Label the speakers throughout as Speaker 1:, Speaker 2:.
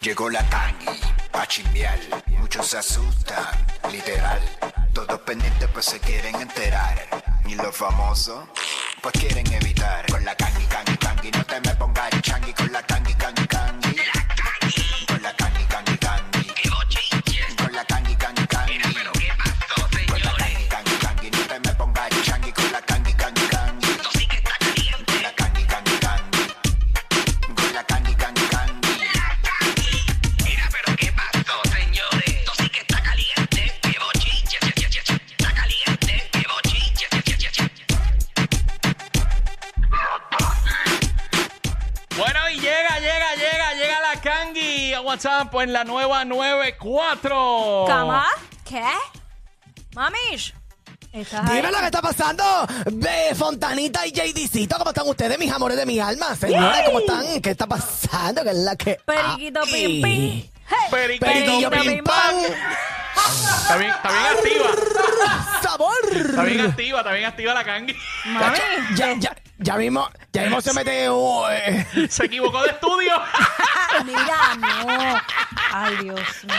Speaker 1: Llegó la tangi, pa' chimbiar, muchos se asustan, literal. Todos pendientes pues se quieren enterar, y los famosos pues quieren evitar. Con la tangi, tangi, tangi, no te me pongas changi, con la tangi, tangi, tangi. Con la tangi, tangi, tangi. Con la tangi, tangi, tangi. Con la tangi, tangi, tangi, no te me pongas changi, con la tangi, tangi, tangi. Con la tangi, tangi, tangi. Con la tangi, tangi, tangi.
Speaker 2: Mira, pero qué pasó, señores. Esto sí que está caliente, qué bochinche, che, che, che, che. está caliente, qué bochinche, che, che, che, che.
Speaker 3: Bueno, y llega, llega, llega, llega la Kangi a WhatsApp en la nueva 94.
Speaker 4: ¿Cama? Oh. ¿Qué? Mamish. ¿Estás ahí?
Speaker 5: Dime lo que está pasando, Be- Fontanita y JDcito. ¿Cómo están ustedes, mis amores de mi alma? Señores, ¿cómo están? ¿Qué está pasando? ¿Qué es la que.
Speaker 4: Periquito
Speaker 5: hay?
Speaker 4: pim pim. Hey.
Speaker 3: Periquito
Speaker 5: Periquillo
Speaker 3: pim,
Speaker 5: pim
Speaker 3: pam.
Speaker 5: pam.
Speaker 3: Está bien, está bien activa. Está bien
Speaker 5: ¡Sabor!
Speaker 3: activa, está bien activa la Kangi.
Speaker 4: Mami.
Speaker 5: Ya, ya, ya mismo, ya mismo se mete. uh, eh,
Speaker 3: Se equivocó de estudio.
Speaker 4: ah, Mira, no. Ay, Dios mío.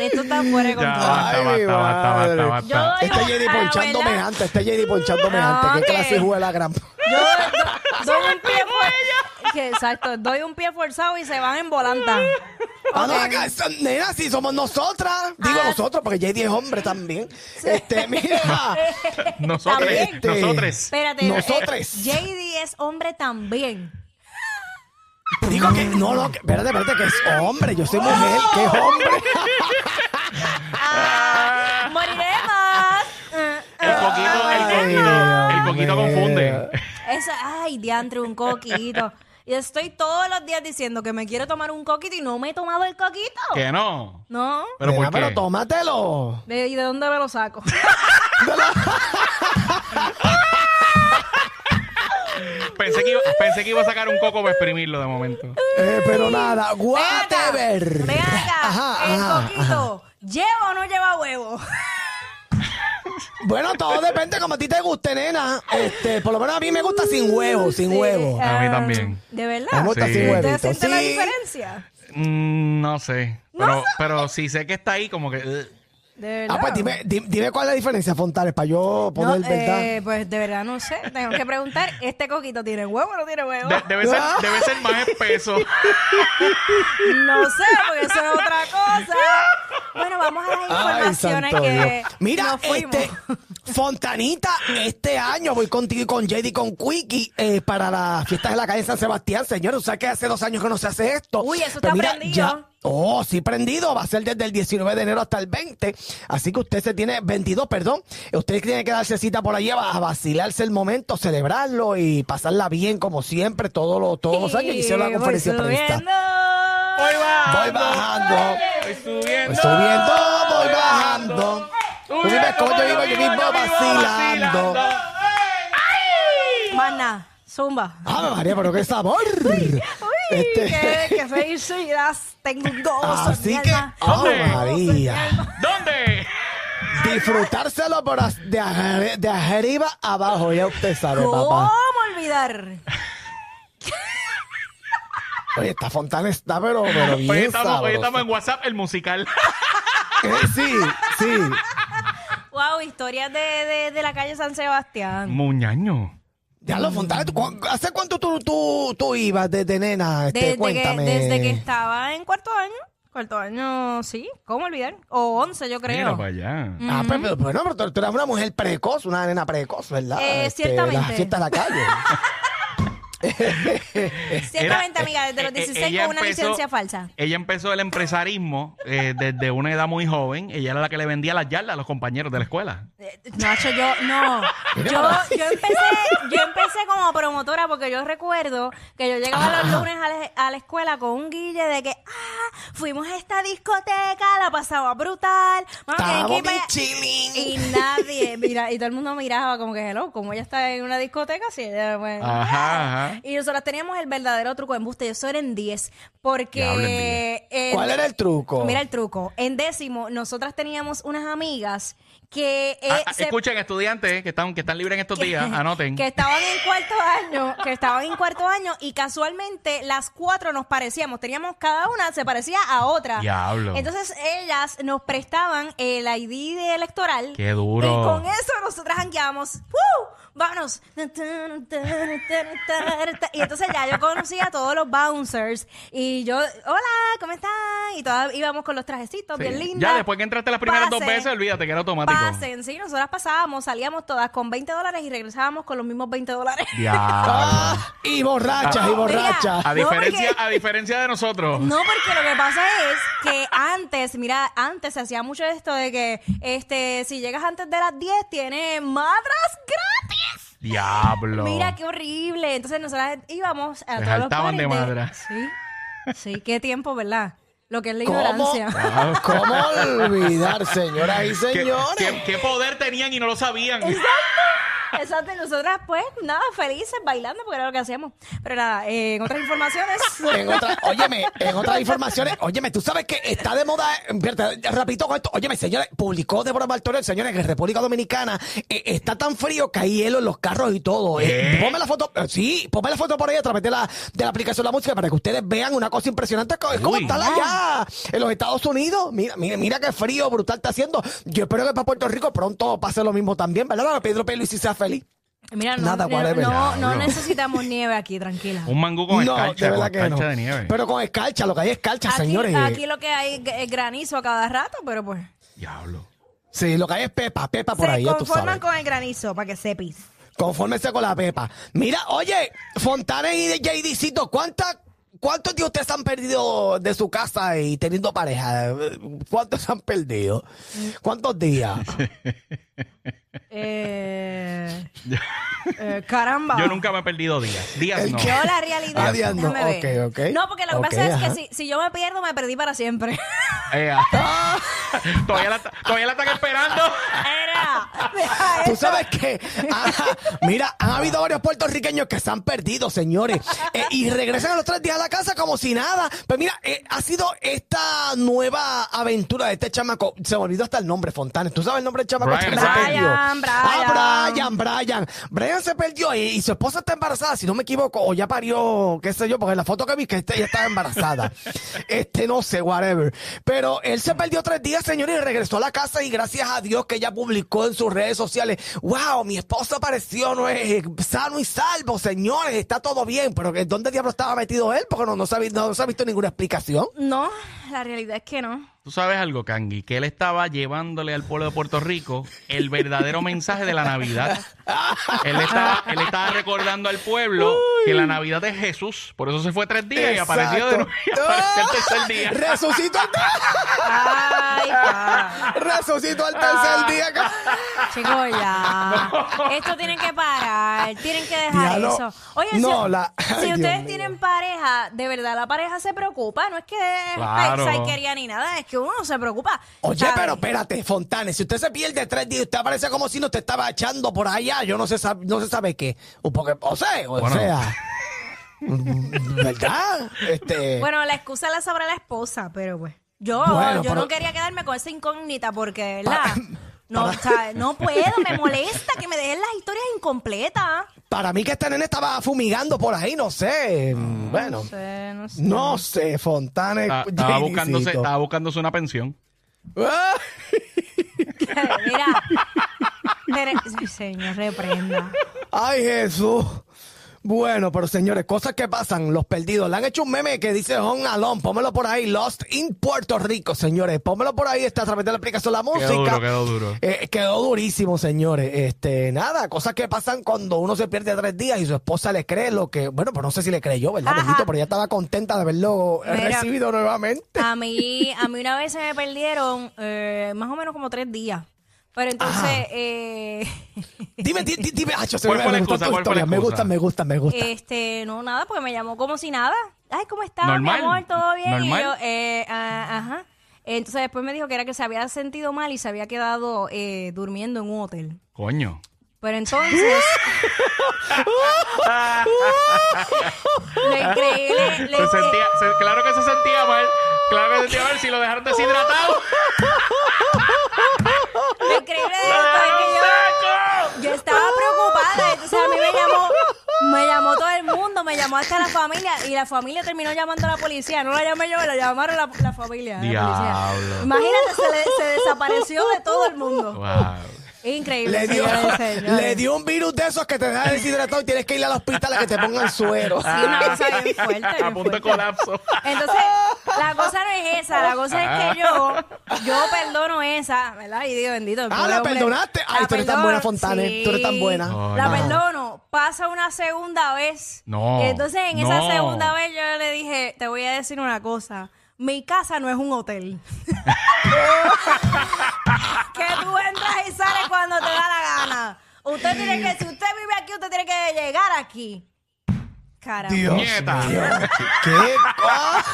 Speaker 4: Esto está fuera de control.
Speaker 5: Ay, mi madre.
Speaker 4: Yo doy
Speaker 5: Este
Speaker 4: un-
Speaker 5: Jedi
Speaker 4: a la
Speaker 5: ponchándome
Speaker 4: Ah, verdad,
Speaker 5: antes, este Jedi ponchándome
Speaker 4: Ah,
Speaker 5: antes. ¿Qué
Speaker 4: ok.
Speaker 5: clase juega la gran.
Speaker 4: Yo do- doy un pie fuer- Que, Exacto, doy un pie forzado y se van en volanta.
Speaker 5: Ah, no,
Speaker 4: Ok.
Speaker 5: acá, so- nena, si somos nosotras. Digo
Speaker 4: Ah.
Speaker 5: nosotros, porque Jedi es hombre también. Este, mira.
Speaker 3: Nosotros,
Speaker 4: También.
Speaker 5: Este,
Speaker 3: nosotros.
Speaker 4: Espérate.
Speaker 5: Nosotres.
Speaker 4: eh, JD es hombre también.
Speaker 5: Digo que, no, no, que- espérate, espérate, que es hombre, yo soy mujer, que es hombre.
Speaker 4: Moriremos. Eh,
Speaker 3: Ah. El poquito, el poquito, el poquito confunde.
Speaker 4: Eso, ay, diantre, un coquito. Y estoy todos los días diciendo que me quiero tomar un coquito y no me he tomado el coquito.
Speaker 3: Que no.
Speaker 4: No.
Speaker 3: Pero
Speaker 5: Nena,
Speaker 3: por qué?
Speaker 5: pero tómatelo.
Speaker 4: ¿De, y de dónde me lo saco?
Speaker 3: Pensé que, iba, pensé que iba a sacar un coco para exprimirlo de momento.
Speaker 5: Eh, pero
Speaker 4: Ven acá,
Speaker 5: nada, whatever.
Speaker 4: ven acá,
Speaker 5: Ajá,
Speaker 4: el
Speaker 5: ajá,
Speaker 4: coquito, ¿lleva o no lleva huevo?
Speaker 5: Bueno, todo depende como a ti te guste, nena. Este, por lo menos a mí me gusta sin huevo, sin
Speaker 4: Sí,
Speaker 5: huevo.
Speaker 3: A mí
Speaker 4: ah,
Speaker 3: también.
Speaker 4: ¿De
Speaker 5: Me
Speaker 4: verdad?
Speaker 5: gusta
Speaker 3: sí.
Speaker 5: sin
Speaker 4: ¿Ustedes
Speaker 5: huevito.
Speaker 4: sienten la
Speaker 5: Sí.
Speaker 4: diferencia?
Speaker 3: Mm, no sé. Pero, pero si sé que está ahí, como que. eh.
Speaker 4: ¿De verdad?
Speaker 5: Ah, pues dime, di- dime cuál es la diferencia, Fontales, para yo
Speaker 4: No,
Speaker 5: poder, ¿verdad?
Speaker 4: eh, pues de verdad no sé. Tengo que preguntar, ¿este coquito tiene huevo o no tiene huevo?
Speaker 3: De- debe, ser, debe ser más espeso.
Speaker 4: No sé, porque eso es otra cosa. Bueno, vamos a
Speaker 5: Ay,
Speaker 4: las informaciones
Speaker 5: santo
Speaker 4: que
Speaker 5: Dios. Mira,
Speaker 4: nos fuimos.
Speaker 5: este, Fontanita, este año voy contigo y con Jady con Quickie eh, para las fiestas de la calle de San Sebastián, señores. O sea que hace dos años que no se hace esto.
Speaker 4: Uy, eso está
Speaker 5: Pero mira,
Speaker 4: prendido.
Speaker 5: ya- Oh, sí, prendido. Va a ser desde el 19 de enero hasta el 20. Así que usted se tiene, 22, perdón. Usted tiene que darse cita por allí a, a vacilarse el momento, celebrarlo y pasarla bien como siempre todos los, todos los años. Y se la
Speaker 4: voy
Speaker 5: conferencia de prensa.
Speaker 4: subiendo.
Speaker 3: Voy bajando.
Speaker 5: Voy bajando.
Speaker 3: Voy subiendo.
Speaker 5: Voy subiendo, voy bajando. Tú vives como Pues yo vivo, yo vivo vacilando.
Speaker 4: Más nada, zumba.
Speaker 5: ¡Ah, María, pero qué sabor!
Speaker 4: Uy,
Speaker 5: Este-
Speaker 4: qué, qué felicidad. Tengo un gozo. en mi
Speaker 5: Así que,
Speaker 4: alma.
Speaker 5: ¡ah,
Speaker 3: ¿Dónde?
Speaker 5: María!
Speaker 3: ¿Dónde?
Speaker 5: Disfrutárselo por as- de, ar- de arriba abajo, ya usted sabe,
Speaker 4: ¿Cómo
Speaker 5: papá.
Speaker 4: olvidar?
Speaker 5: Oye, esta fontana está, pero, pero
Speaker 3: Hoy
Speaker 5: bien
Speaker 3: Pues estamos, hoy
Speaker 5: sabrosa.
Speaker 3: estamos en WhatsApp, el musical.
Speaker 5: Eh, Sí, sí.
Speaker 4: Wow, historias de, de, de la calle San Sebastián.
Speaker 3: Muñaño.
Speaker 5: Diablo, Fontana, ¿tú cu- ¿hace cuánto tú, tú, tú ibas desde nena? Este,
Speaker 4: Desde, que,
Speaker 5: cuéntame.
Speaker 4: desde que estaba en cuarto año. Cuarto año, sí, ¿cómo olvidar? O once, yo creo.
Speaker 3: Mira para allá.
Speaker 5: Ah, pero, pero, pero no, pero tú, tú eras una mujer precoz, una nena precoz, ¿verdad? Este,
Speaker 4: Eh, ciertamente.
Speaker 5: Las fiestas de la calle.
Speaker 4: Ciertamente,
Speaker 3: pues, Era-
Speaker 4: amiga, desde los
Speaker 3: eh, eh,
Speaker 4: 16
Speaker 3: ella
Speaker 4: con una
Speaker 3: empezó-
Speaker 4: licencia falsa.
Speaker 3: Ella empezó el empresarismo eh, desde una edad muy joven. Ella era la que le vendía las yardas a los compañeros de la escuela.
Speaker 4: Eh, Nacho, yo no. Yo, yo empecé, yo empecé como promotora porque yo recuerdo que yo llegaba
Speaker 5: Ah.
Speaker 4: los lunes a la, a la escuela con un guille de que ah, fuimos a esta discoteca, la pasaba brutal. Mano, que hay que
Speaker 5: Estábamos
Speaker 4: ir pa-
Speaker 5: bien chilling.
Speaker 4: Y nadie, mira, y todo el mundo miraba como que hello, como ella está en una discoteca, si ella bueno. "Ah".
Speaker 3: Ajá, ajá.
Speaker 4: Y nosotros teníamos el verdadero truco de embuste, yo solo en 10,
Speaker 3: Diablo, en
Speaker 4: porque
Speaker 3: 10.
Speaker 4: en-
Speaker 5: ¿Cuál era el truco?
Speaker 4: Mira el truco. En décimo, nosotras teníamos unas amigas que eh,
Speaker 3: Ah, ah,
Speaker 4: se-
Speaker 3: Escuchen, estudiantes eh, que están, que están libres en estos días, anoten.
Speaker 4: que estaban en cuarto año, que estaban en cuarto año y casualmente las cuatro nos parecíamos, teníamos cada una se parecía a otra.
Speaker 3: Diablo.
Speaker 4: Entonces ellas nos prestaban el ID de electoral.
Speaker 3: Qué duro.
Speaker 4: Y con eso nosotras jangueábamos. ¡Uh! ¡Vámonos! Y entonces ya yo conocía a todos los bouncers y yo, hola, ¿cómo están? Y todas íbamos con los trajecitos
Speaker 3: Sí.
Speaker 4: bien lindas.
Speaker 3: Ya después que entraste las primeras dos
Speaker 4: Pase.
Speaker 3: veces, olvídate que era automático.
Speaker 4: Pasen, sí, nosotras pasábamos, salíamos todas con 20 dólares y regresábamos con los mismos 20 dólares.
Speaker 3: Diablo.
Speaker 5: Ah, y borrachas, y borrachas.
Speaker 3: A
Speaker 4: No, porque-
Speaker 3: diferencia, a diferencia de nosotros.
Speaker 4: No, porque lo que pasa es que antes, mira, antes se hacía mucho esto de que este si llegas antes de las 10 tienes madras gratis.
Speaker 3: Diablo.
Speaker 4: Mira qué horrible. Entonces nosotras íbamos a
Speaker 3: Se
Speaker 4: todos los
Speaker 3: saltaban
Speaker 4: pares
Speaker 3: de madras.
Speaker 4: Sí. Sí, qué tiempo, ¿verdad? Lo que es la
Speaker 5: ¿Cómo?
Speaker 4: ignorancia.
Speaker 3: Ah,
Speaker 5: ¿Cómo olvidar, señoras y
Speaker 3: ¿Qué,
Speaker 5: señores?
Speaker 3: qué- qué poder tenían y no lo sabían.
Speaker 4: Exacto, y nosotras pues nada, felices bailando porque era lo que hacíamos. Pero nada, eh, en otras informaciones
Speaker 5: En otra, óyeme, en otras informaciones, óyeme, tú sabes que está de moda, espérate, rapidito con esto, óyeme, señores, publicó Débora Bartolé, señores, que en República Dominicana eh, está tan frío que hay hielo en los carros y todo. Eh,
Speaker 3: ¿Eh?
Speaker 5: ponme la foto, eh, sí, ponme la foto por ahí a través de la, de la aplicación de la música para que ustedes vean una cosa impresionante, co- cómo
Speaker 3: Uy.
Speaker 5: está allá en los Estados Unidos. Mira, mira, mira qué frío brutal está haciendo. Yo espero que para Puerto Rico pronto pase lo mismo también, ¿verdad? Pedro Pérez y sea feliz.
Speaker 4: Mira, no,
Speaker 5: Nada,
Speaker 4: no-
Speaker 5: whatever.
Speaker 4: no, no necesitamos nieve aquí, tranquila.
Speaker 3: Un mangú con
Speaker 5: no,
Speaker 3: escarcha,
Speaker 5: de verdad
Speaker 3: con
Speaker 5: que
Speaker 3: escarcha
Speaker 5: no.
Speaker 3: de nieve.
Speaker 5: Pero con escarcha, lo que hay es escarcha,
Speaker 4: Aquí,
Speaker 5: señores.
Speaker 4: aquí lo que hay es granizo a cada rato, pero pues.
Speaker 3: Diablo.
Speaker 5: Sí, lo que hay es Pepa, Pepa por
Speaker 4: se
Speaker 5: ahí, ya tú
Speaker 4: conforman
Speaker 5: sabes.
Speaker 4: con el granizo para que sepis.
Speaker 5: Confórmense con la Pepa. Mira, oye, Fontanes y JDcito, ¿cuántas, ¿cuántos de ustedes han perdido de su casa y teniendo pareja? ¿Cuántos han perdido? ¿Cuántos días?
Speaker 4: Eh, eh, caramba.
Speaker 3: Yo nunca me he perdido días. Días
Speaker 5: El
Speaker 3: no.
Speaker 5: que-
Speaker 4: Yo la realidad.
Speaker 5: Ah, diablo,
Speaker 4: déjame ver.
Speaker 5: ok, ok.
Speaker 4: No, porque lo que
Speaker 5: Ok,
Speaker 4: pasa
Speaker 5: ajá.
Speaker 4: es que si, si yo me pierdo, me perdí para siempre.
Speaker 3: Eh, todavía, la, todavía la están esperando.
Speaker 4: Era. deja
Speaker 5: Tú
Speaker 4: eso.
Speaker 5: sabes que, ajá, mira, han habido varios puertorriqueños que se han perdido, señores, eh, y regresan a los tres días a la casa como si nada. Pero mira, eh, ha sido esta nueva aventura de este chamaco. Se me olvidó hasta el nombre, Fontanes. ¿Tú sabes el nombre del chamaco?
Speaker 3: Brian,
Speaker 5: Este que se
Speaker 3: Brian,
Speaker 5: perdió. Ah,
Speaker 4: Brian.
Speaker 5: Brian, Brian. Brian se perdió y, y su esposa está embarazada, si no me equivoco, o ya parió, qué sé yo, porque en la foto que vi que este- ella estaba embarazada. este, no sé, whatever. Pero él se perdió tres días, señores, y regresó a la casa y gracias a Dios que ella publicó en sus redes sociales, wow, mi esposo apareció, no es eh, sano y salvo, señores, está todo bien, pero ¿en ¿dónde diablo estaba metido él? Porque no, no, se, ha, vi- no se ha visto ninguna explicación.
Speaker 4: No, la realidad es que no.
Speaker 3: Tú sabes algo, Kangi, que él estaba llevándole al pueblo de Puerto Rico el verdadero mensaje de la Navidad. Él estaba, él estaba recordando al pueblo que la Navidad es Jesús. Por eso se fue tres días y apareció de nuevo. y apareció el tercer día.
Speaker 5: Resucitó al,
Speaker 4: Ay, pa.
Speaker 5: resucitó al tercer día. ca-
Speaker 4: Chicos, ya. Esto tienen que parar. Tienen que dejar
Speaker 5: Diablo.
Speaker 4: eso. Oye,
Speaker 5: No,
Speaker 4: si,
Speaker 5: la-
Speaker 4: si
Speaker 5: Ay, Dios
Speaker 4: ustedes
Speaker 5: mío.
Speaker 4: tienen pareja, de verdad la pareja se preocupa. No es que
Speaker 3: Claro.
Speaker 4: hay quería ni nada, es que uno se preocupa.
Speaker 5: Oye,
Speaker 4: ¿sabes?
Speaker 5: pero espérate, Fontanes, si usted se pierde tres días, usted aparece como si no te estaba echando por allá, yo no sé, sab- no se sabe qué. O, porque, o sea, o
Speaker 3: Bueno.
Speaker 5: sea. mm, ¿Verdad? Este,
Speaker 4: Bueno, la excusa la sabrá la esposa, pero pues. Yo,
Speaker 5: Bueno,
Speaker 4: yo
Speaker 5: pero-
Speaker 4: no quería quedarme con esa incógnita porque, ¿verdad?
Speaker 5: Pa-
Speaker 4: No,
Speaker 5: para-
Speaker 4: ¿sabes? no puedo, me molesta que me dejen las historias incompletas.
Speaker 5: Para mí que este nene estaba fumigando por ahí, no sé. bueno,
Speaker 4: No sé, no sé.
Speaker 5: no sé, Fontanes.
Speaker 3: Ta- Ah, Estaba
Speaker 5: Jadicito.
Speaker 3: buscándose, estaba buscándose una pensión.
Speaker 5: Ah,
Speaker 4: Mira. Tere- Señor, reprenda.
Speaker 5: Ay, Jesús. Bueno, pero señores, cosas que pasan, los perdidos. Le han hecho un meme que dice Home Alone, pómelo por ahí, Lost in Puerto Rico, señores. Pómelo por ahí, está a través de la aplicación La Música.
Speaker 3: duro, quedó duro.
Speaker 5: Eh, quedó durísimo, señores. Este, nada, cosas que pasan cuando uno se pierde tres días y su esposa le cree lo que, bueno, pero no sé si le creyó, ¿verdad,
Speaker 4: Ajá.
Speaker 5: bendito? Pero ella estaba contenta de haberlo eh,
Speaker 4: Mira. Ah.
Speaker 5: recibido nuevamente.
Speaker 4: A mí, a mí una vez se me perdieron eh, más o menos como tres días. Pero entonces, eh,
Speaker 5: Dime, di- di- dime, ah, yo sé,
Speaker 3: ¿Cuál fue
Speaker 5: me
Speaker 3: la
Speaker 5: gustó
Speaker 3: excusa?
Speaker 5: tu
Speaker 3: ¿Cuál fue la
Speaker 5: historia, Me gusta,
Speaker 3: excusa?
Speaker 5: me gusta, me gusta.
Speaker 4: este, no, nada, porque me llamó como si nada. Ay, ¿cómo estás,
Speaker 3: Normal.
Speaker 4: mi amor? ¿Todo bien?
Speaker 3: Normal.
Speaker 4: Y yo, eh, ah, ajá. Entonces después me dijo que era que se había sentido mal y se había quedado eh, durmiendo en un hotel.
Speaker 3: Coño.
Speaker 4: Pero entonces. lo increíble. lo
Speaker 3: Se
Speaker 4: incre-
Speaker 3: sentía, se- claro que se sentía mal. Claro que se sentía mal si lo dejaron deshidratado.
Speaker 4: lo increíble de
Speaker 3: ¡Lo
Speaker 4: esto es que yo.
Speaker 3: dejaron seco!
Speaker 4: Yo estaba preocupada, entonces a mí me llamó, me llamó todo el mundo, me llamó hasta la familia y la familia terminó llamando a la policía. No la llamé yo, la llamaron la, la familia. la policía.
Speaker 3: Diablo.
Speaker 4: Imagínate, se, le- se desapareció de todo el mundo.
Speaker 3: Wow.
Speaker 4: Increíble.
Speaker 5: Le dio,
Speaker 4: señoras y señores.
Speaker 5: le dio un virus de esos que te deja deshidratado y tienes que ir al hospital a que te pongan suero.
Speaker 4: Sí, una cosa bien fuerte. bien
Speaker 3: A punto de
Speaker 4: fuerte.
Speaker 3: colapso.
Speaker 4: Entonces, la cosa no es esa, la cosa es que yo, yo perdono esa, ¿verdad? Y Dios bendito. el
Speaker 5: Ah,
Speaker 4: pobre
Speaker 5: la
Speaker 4: hombre.
Speaker 5: perdonaste. Ay,
Speaker 4: La
Speaker 5: tú eres tan
Speaker 4: perdono,
Speaker 5: buena, Fontane, tú eres tan buena.
Speaker 3: Ay,
Speaker 4: la
Speaker 3: no.
Speaker 4: perdono, pasa una segunda vez.
Speaker 3: No,
Speaker 4: Y entonces, en esa
Speaker 3: no.
Speaker 4: segunda vez yo le dije, te voy a decir una cosa. Mi casa no es un hotel. que tú entras y sales cuando te da la gana. Usted tiene que, si usted vive aquí, usted tiene que llegar aquí. Caramba.
Speaker 5: Dios
Speaker 3: Nieta.
Speaker 5: mío. ¿Qué? Ah,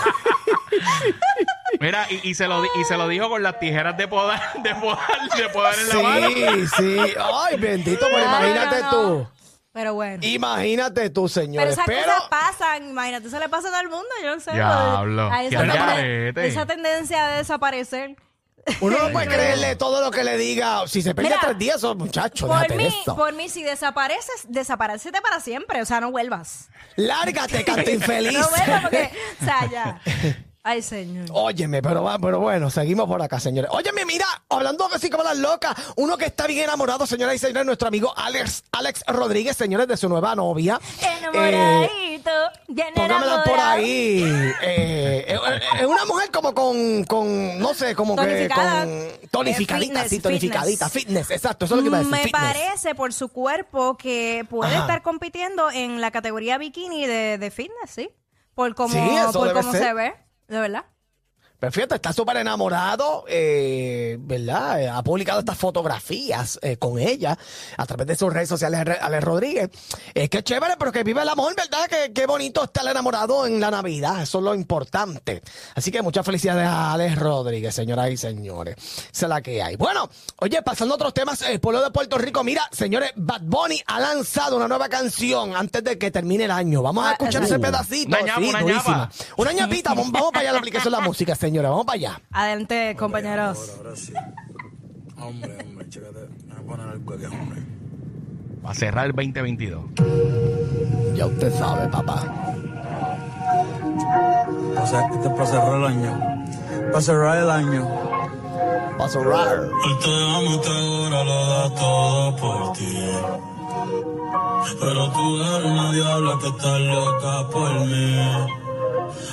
Speaker 3: Mira, y, y se lo, di- y se lo dijo con las tijeras de podar, de podar, de podar en la mano.
Speaker 5: Sí, sí. Ay, bendito, pero
Speaker 4: Claro,
Speaker 5: imagínate
Speaker 4: no.
Speaker 5: tú.
Speaker 4: Pero bueno.
Speaker 5: Imagínate tú,
Speaker 4: Pero
Speaker 5: señores.
Speaker 4: esas
Speaker 5: Pero,
Speaker 4: cosas pasan, imagínate, eso le pasa a todo el mundo, yo no sé.
Speaker 3: Diablo,
Speaker 4: Hay
Speaker 3: qué
Speaker 4: esa,
Speaker 3: al
Speaker 4: tenden-
Speaker 3: garete.
Speaker 4: esa tendencia de desaparecer.
Speaker 5: uno no puede creerle todo lo que le diga. Si se pierde
Speaker 4: Mira,
Speaker 5: tres días, oh, muchacho,
Speaker 4: Por
Speaker 5: déjate de
Speaker 4: mí,
Speaker 5: eso.
Speaker 4: por mí, si desapareces, desaparecete para siempre, o sea, no vuelvas.
Speaker 5: Lárgate, canto infeliz.
Speaker 4: No vuelvas porque, o sea, ya. Ay, señor.
Speaker 5: Óyeme, pero, va- pero bueno, seguimos por acá, señores. Óyeme, mira, hablando así como las locas, uno que está bien enamorado, señoras y señores, nuestro amigo Alex, Alex Rodríguez, señores, de su nueva novia. Eh,
Speaker 4: Enamoradito, bien
Speaker 5: Póngamela por
Speaker 4: enamorado.
Speaker 5: ahí. Eh, eh, eh, es una mujer como con, con, no sé, como que
Speaker 4: Tonificada.
Speaker 5: con tonificadita,
Speaker 4: Eh, fitness,
Speaker 5: sí, tonificadita,
Speaker 4: fitness.
Speaker 5: fitness. exacto, eso es lo que iba a decir.
Speaker 4: Me
Speaker 5: fitness.
Speaker 4: parece por su cuerpo que puede
Speaker 5: Ajá.
Speaker 4: estar compitiendo en la categoría bikini de, de fitness, ¿sí? Por cómo,
Speaker 5: Sí, eso
Speaker 4: por
Speaker 5: debe
Speaker 4: cómo
Speaker 5: ser.
Speaker 4: se ve, de verdad.
Speaker 5: Pero fíjate, está súper enamorado, eh, ¿verdad? Eh, ha publicado estas fotografías eh, con ella a través de sus redes sociales, Re- Alex Rodríguez. Es que chévere, pero que vive el amor, ¿verdad? Que, qué bonito estar enamorado en la Navidad, eso es lo importante. Así que muchas felicidades a Alex Rodríguez, señoras y señores. Esa es la que hay. Bueno, oye, pasando a otros temas, el pueblo de Puerto Rico, mira, señores, Bad Bunny ha lanzado una nueva canción antes de que termine el año. Vamos a
Speaker 4: Ah,
Speaker 5: escuchar
Speaker 4: eso-
Speaker 5: ese pedacito.
Speaker 3: Una ñapa,
Speaker 5: sí,
Speaker 3: una
Speaker 5: durísima.
Speaker 3: ñapa.
Speaker 5: Una ñapita, vamos, vamos para allá a la aplicación de la música, señora, vamos para allá.
Speaker 4: Adelante, compañeros.
Speaker 6: Ahora sí. Hombre, hombre, chécate. Me voy a poner algo aquí, hombre.
Speaker 3: Va a cerrar el 2022.
Speaker 5: Ya usted sabe, papá.
Speaker 6: O sea, esto es para cerrar el año. Para cerrar el año.
Speaker 5: Paso raro.
Speaker 6: Hoy te amo, te adoro, lo da todo por ti. Pero tú eres una diabla que estás loca por mí.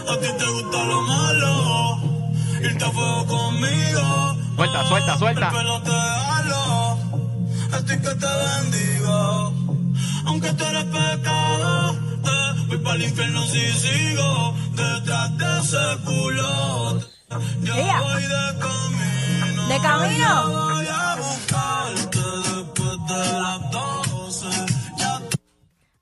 Speaker 6: A ti te gusta lo malo. Irte a fuego conmigo.
Speaker 3: Suelta, suelta, suelta.
Speaker 6: El pelo te halo, así que te bendigo. Aunque tú eres pecado, eh, voy para el infierno si sigo detrás de ese culo. Yo
Speaker 4: Ella.
Speaker 6: voy de camino,
Speaker 4: De camino.
Speaker 6: voy a buscarte después de las doce. Ya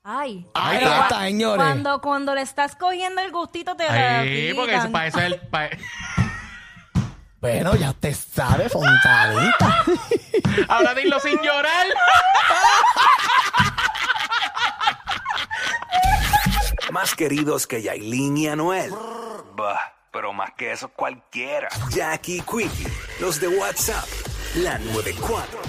Speaker 4: Ay.
Speaker 5: Ahí
Speaker 4: Pero
Speaker 5: está,
Speaker 4: cua-
Speaker 5: señores.
Speaker 4: Cuando, cuando le estás cogiendo el gustito te la
Speaker 3: Ahí, porque
Speaker 4: quitan.
Speaker 3: eso- para eso es el. para-
Speaker 5: Bueno, ya usted sabe, Fontanita.
Speaker 3: Ahora dilo sin llorar.
Speaker 7: Más queridos que Yailin y Anuel. pero más que eso cualquiera. Jackie Quickie, los de WhatsApp, la 94.